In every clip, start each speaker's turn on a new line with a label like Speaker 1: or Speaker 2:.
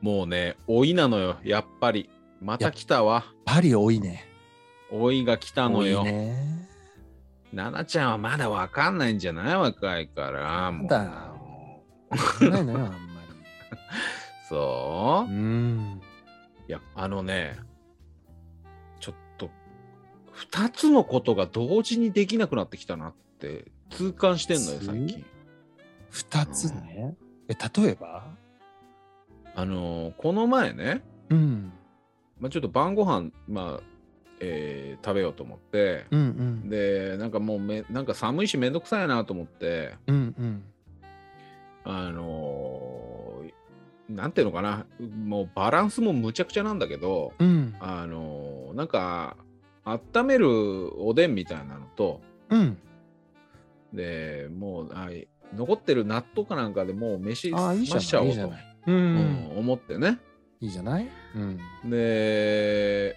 Speaker 1: もうね、老いなのよ、やっぱり。また来たわ。
Speaker 2: パリ多いね。
Speaker 1: 老いが来たのよ。
Speaker 2: 多いね。
Speaker 1: 奈々ちゃんはまだわかんないんじゃない若いから。もう
Speaker 2: だよ。少ないのよ、あんま
Speaker 1: そ
Speaker 2: り。うん。
Speaker 1: ういや、あのね、ちょっと、二つのことが同時にできなくなってきたなって痛感してんのよ、
Speaker 2: す
Speaker 1: 最近。
Speaker 2: 二つね。え、例えば
Speaker 1: あのー、この前ね、
Speaker 2: うん。
Speaker 1: まあ、ちょっと晩ご飯、まあ、えー食べようと思って、
Speaker 2: うんうん。
Speaker 1: で、なんかもうめ、なんか寒いしめんどくさいなと思って、
Speaker 2: うんうん。
Speaker 1: あのーなんていうのかな、もうバランスもむちゃくちゃなんだけど、
Speaker 2: うん。
Speaker 1: あのーなんか、温めるおでんみたいなのと、
Speaker 2: うん。
Speaker 1: で、もう、あい残ってる納豆かなんかでもう飯
Speaker 2: ああ、い
Speaker 1: 済
Speaker 2: いじゃ
Speaker 1: ましちゃお
Speaker 2: ない。いいうじゃ
Speaker 1: と
Speaker 2: ない。う
Speaker 1: うん
Speaker 2: ん。
Speaker 1: 思ってね。
Speaker 2: いいじゃないうん。
Speaker 1: で、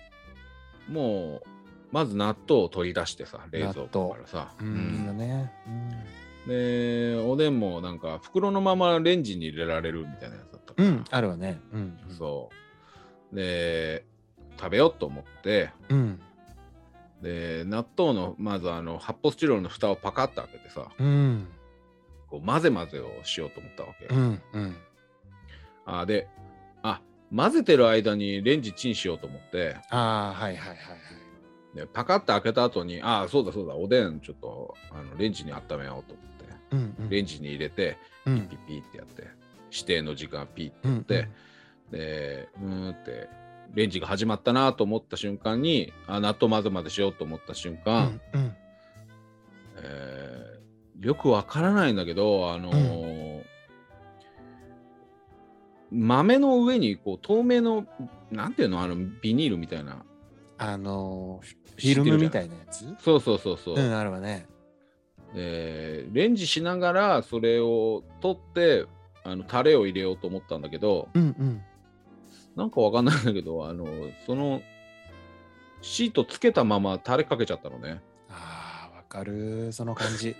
Speaker 1: もう、まず納豆を取り出してさ、冷蔵庫からさ。
Speaker 2: う。
Speaker 1: うん
Speaker 2: いいよね。
Speaker 1: で、おでんもなんか袋のままレンジに入れられるみたいなやつだったか
Speaker 2: う
Speaker 1: ら
Speaker 2: ん。うん。あるわね。うん。
Speaker 1: そう。で、食べようと思って、
Speaker 2: う。うん。
Speaker 1: で、納豆の、まずあの、発泡スチロールの蓋をパカッと開けてさ、
Speaker 2: うん。
Speaker 1: こう混ぜ混ぜをしようと思ったわけ。
Speaker 2: うん。うん。
Speaker 1: あで、あ混ぜてる間にレンジチンしようと思って、
Speaker 2: ああ、はいはいはいはい。
Speaker 1: でパカッと開けた後に、あそうだそうだ、おでんちょっとあのレンジに温めようと思って、
Speaker 2: うんうん。
Speaker 1: レンジに入れて、
Speaker 2: うん
Speaker 1: ピ。ッピッってやって、指定の時間ピッて
Speaker 2: う
Speaker 1: や
Speaker 2: ん。
Speaker 1: って、で、うーんって、レンジが始まったなと思った瞬間に、あ納豆混ぜ混ぜしようと思った瞬
Speaker 2: う
Speaker 1: 間、
Speaker 2: ん。うん。
Speaker 1: えーよくわからないんだけど、あのー豆の上にこう透明の、なんていうの、あのビニールみたいな。
Speaker 2: あのー、フィルムみたいなやつ
Speaker 1: そうそうそうそう。
Speaker 2: うん、あるわね。
Speaker 1: えーレンジしながらそれを取ってあのタレを入れようと思ったんだけど
Speaker 2: うんうん。
Speaker 1: なんかわかんないんだけどあのそのシートつけたままタレかけちゃったのね
Speaker 2: ああ、わかる、その感じ。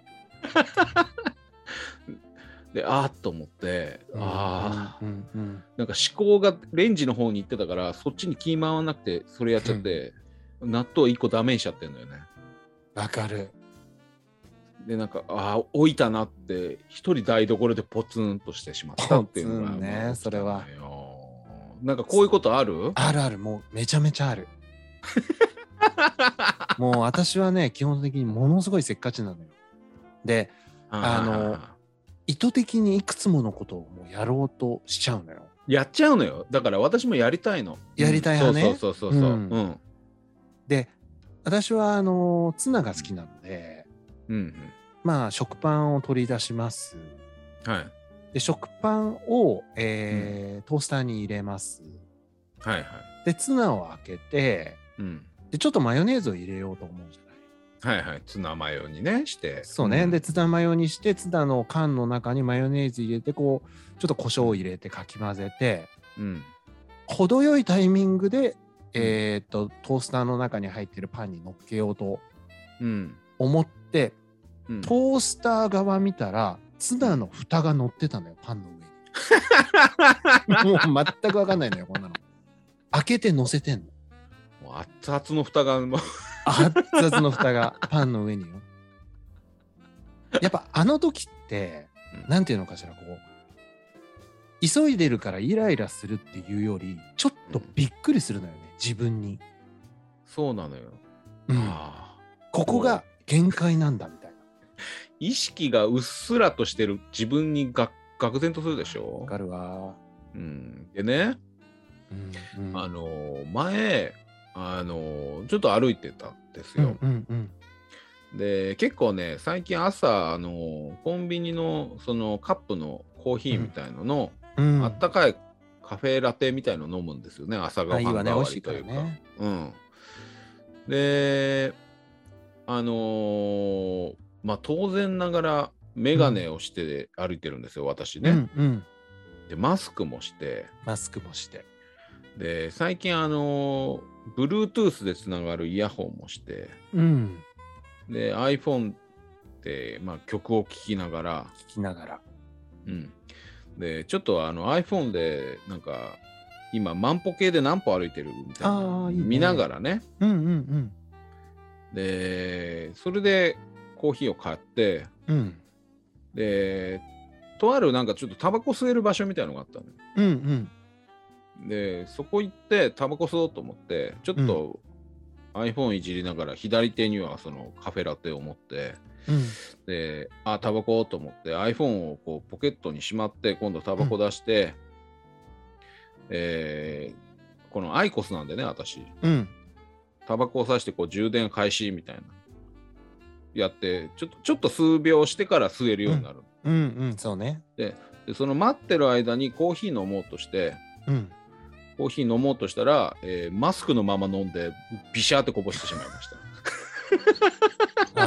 Speaker 1: であーっと思って、あ
Speaker 2: ー。うんうん。
Speaker 1: ーなんか思考がレンジの方に行ってたからそっちに気回らなくてそれやっちゃって、納豆1個ダメにしちゃってんのよね
Speaker 2: わかる。
Speaker 1: でなんかああ置いたなって一人台所でポツンとしてしまったっていうのが
Speaker 2: ポツンね
Speaker 1: まあ
Speaker 2: それは
Speaker 1: なんかこういうことある
Speaker 2: あるある、もうめちゃめちゃある。もう私はね、基本的にものすごいせっかちなのよ。で、あの意図的にいくつものことをもうやろうとしちゃうのよ。
Speaker 1: やっちゃうのよだから私もやりたいの
Speaker 2: やりたい派ね
Speaker 1: うんそうそうそうそう
Speaker 2: うん
Speaker 1: うん
Speaker 2: で、私はあの、ツナが好きなので、
Speaker 1: うん
Speaker 2: まあ、食パンを取り出します。
Speaker 1: うんはい
Speaker 2: で、食パンを、えートースターに入れます。
Speaker 1: はいはい
Speaker 2: で、ツナを開けて、
Speaker 1: うん
Speaker 2: で、ちょっとマヨネーズを入れようと思うじゃない。
Speaker 1: はいはいツナマヨにねして
Speaker 2: そうね。
Speaker 1: ん
Speaker 2: で、ツナマヨにして、ツナの缶の中にマヨネーズ入れて、こう、ちょっと胡椒を入れてかき混ぜて、
Speaker 1: うん
Speaker 2: 程よいタイミングで、えーっと、トースターの中に入ってるパンに乗っけようと
Speaker 1: うん
Speaker 2: 思って、
Speaker 1: うん
Speaker 2: トースター側見たら、ツナの蓋が乗ってたのよ、パ ンの上に。もう全くわかんないのよ、こんなの。開けて乗せてんの。
Speaker 1: もう熱々の蓋がもう
Speaker 2: 熱々の蓋がパンの上によ。やっぱあの時って
Speaker 1: うん、
Speaker 2: なんていうのかしら、こう、急いでるからイライラするっていうより、ちょっとびっくりするのよね、自分に。
Speaker 1: そうなのよ
Speaker 2: うん、
Speaker 1: ああ
Speaker 2: ここが限界なんだみたいな。
Speaker 1: 意識がうっすらとしてる自分にが愕然とするでしょ
Speaker 2: わかるわ。
Speaker 1: うんでね
Speaker 2: うん
Speaker 1: あのー前あのーちょっと歩いてたんですよ、
Speaker 2: うんうん
Speaker 1: で結構ね最近朝あのコンビニのそのカップのコーヒーみたいのの、
Speaker 2: うんうん
Speaker 1: あったかいカフェラテみたいの飲むんですよね朝ごは
Speaker 2: あ
Speaker 1: ん
Speaker 2: いいわ
Speaker 1: 代
Speaker 2: ね美
Speaker 1: わ
Speaker 2: 味し
Speaker 1: り
Speaker 2: い
Speaker 1: と
Speaker 2: から
Speaker 1: いうか。
Speaker 2: ね
Speaker 1: うん、であのーまあ当然ながら眼鏡をして歩いてるんですよ、私ね、
Speaker 2: うんうん
Speaker 1: でマスクもして
Speaker 2: マスクもして。
Speaker 1: で最近あのー Bluetooth でつながるイヤホンもして。
Speaker 2: うん。
Speaker 1: で iPhone で、まあ、曲を聴きながら、
Speaker 2: 聞きながら。
Speaker 1: うん、でちょっとあの iPhone でなんか今万歩計で何歩歩いてるみたい
Speaker 2: あ
Speaker 1: な
Speaker 2: ーいいね
Speaker 1: 見ながらね
Speaker 2: うんうん
Speaker 1: でそれでコーヒーを買って
Speaker 2: うん。うん。
Speaker 1: でとあるなんかちょっとタバコ吸える場所みたいのがあったのよ
Speaker 2: うんうん。
Speaker 1: でそこ行ってタバコ吸おうと思ってちょっと iPhone いじりながら左手にはそのカフェラテを持って
Speaker 2: うん。
Speaker 1: であタバコと思って iPhone をこうポケットにしまって今度タバコ出して、えーこのアイコスなんでね私
Speaker 2: うん。
Speaker 1: タバコをさしてこう充電開始みたいなやってちょっとちょっと数秒してから吸えるようになる、
Speaker 2: うんうん。そうね。
Speaker 1: でその待ってる間にコーヒー飲もうとして
Speaker 2: うん。
Speaker 1: コーヒー飲もうとしたら、えーマスクのまま飲んでビシャーってこぼしてしまいました
Speaker 2: あ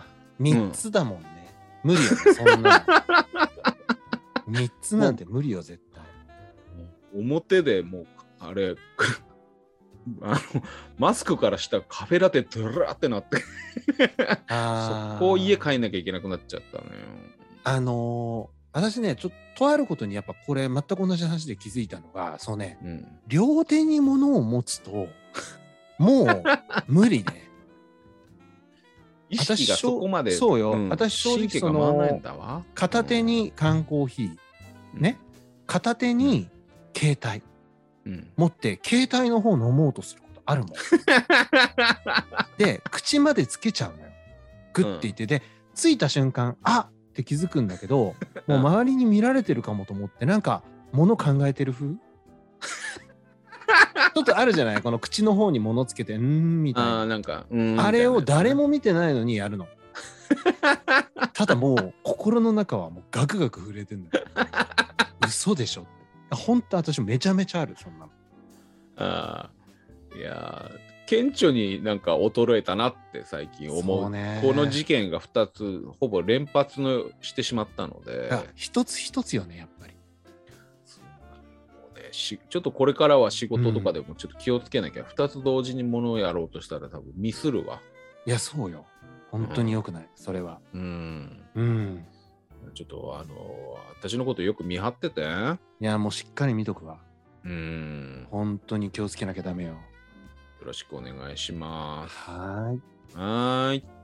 Speaker 2: あ。三つだもんね。無理よね、そんな の。三つなんて無理よ、絶対。
Speaker 1: 表でもうあれ あのマスクからしたカフェラテドラーってなってそ
Speaker 2: ああ。
Speaker 1: こを家帰んなきゃいけなくなっちゃったのよ。
Speaker 2: あのー私ね、ちょっととあることにやっぱこれ全く同じ話で気づいたのが、そうね、
Speaker 1: うん、
Speaker 2: 両手に物を持つと、もう無理ね。
Speaker 1: 意識がそこまで。
Speaker 2: 私そうよ
Speaker 1: ん
Speaker 2: 私正直
Speaker 1: 神経が
Speaker 2: その
Speaker 1: 回らないんだわ。
Speaker 2: 片手に缶コーヒー、
Speaker 1: うん
Speaker 2: ね。。片手に携帯、
Speaker 1: うん、
Speaker 2: 持って携帯の方飲もうとするこ とあるもん。で、口までつけちゃうのよ。グッて言って、で、ついた瞬間、あっって気づくんだ けど、もう周りに見られてるかもと思って、なんか、物考えてる風 ちょっとあるじゃないこの口の方に物つけて、うーん、みたい
Speaker 1: あ
Speaker 2: な
Speaker 1: あ、。なんか、うん
Speaker 2: あれを誰。
Speaker 1: み
Speaker 2: も見てないのにやるの。ただもう、心の中はもうガクガク震えてん だよ。嘘でしょって。本当私めちゃめちゃある、そんなの。
Speaker 1: たいなあーいやー、顕著になんか衰えたなって最近思
Speaker 2: そう
Speaker 1: う。
Speaker 2: ね
Speaker 1: この事件が2つ、ほぼ連発のしてしまったので、
Speaker 2: あ一つ一つよねやっぱり
Speaker 1: もうねしちょっとこれからは仕事とかでもちょっと気をつけなきゃ、2つ同時にものをやろうとしたら多分ミスるわ。
Speaker 2: いやそうよ本当に良くない、それは
Speaker 1: うん
Speaker 2: うん
Speaker 1: ちょっとあの私のことよく見張ってて。う
Speaker 2: いやもうしっかり見とくわ
Speaker 1: ーん。
Speaker 2: 本当に気をつけなきゃダメよ
Speaker 1: よろしくお願いします。
Speaker 2: はーい
Speaker 1: はーい。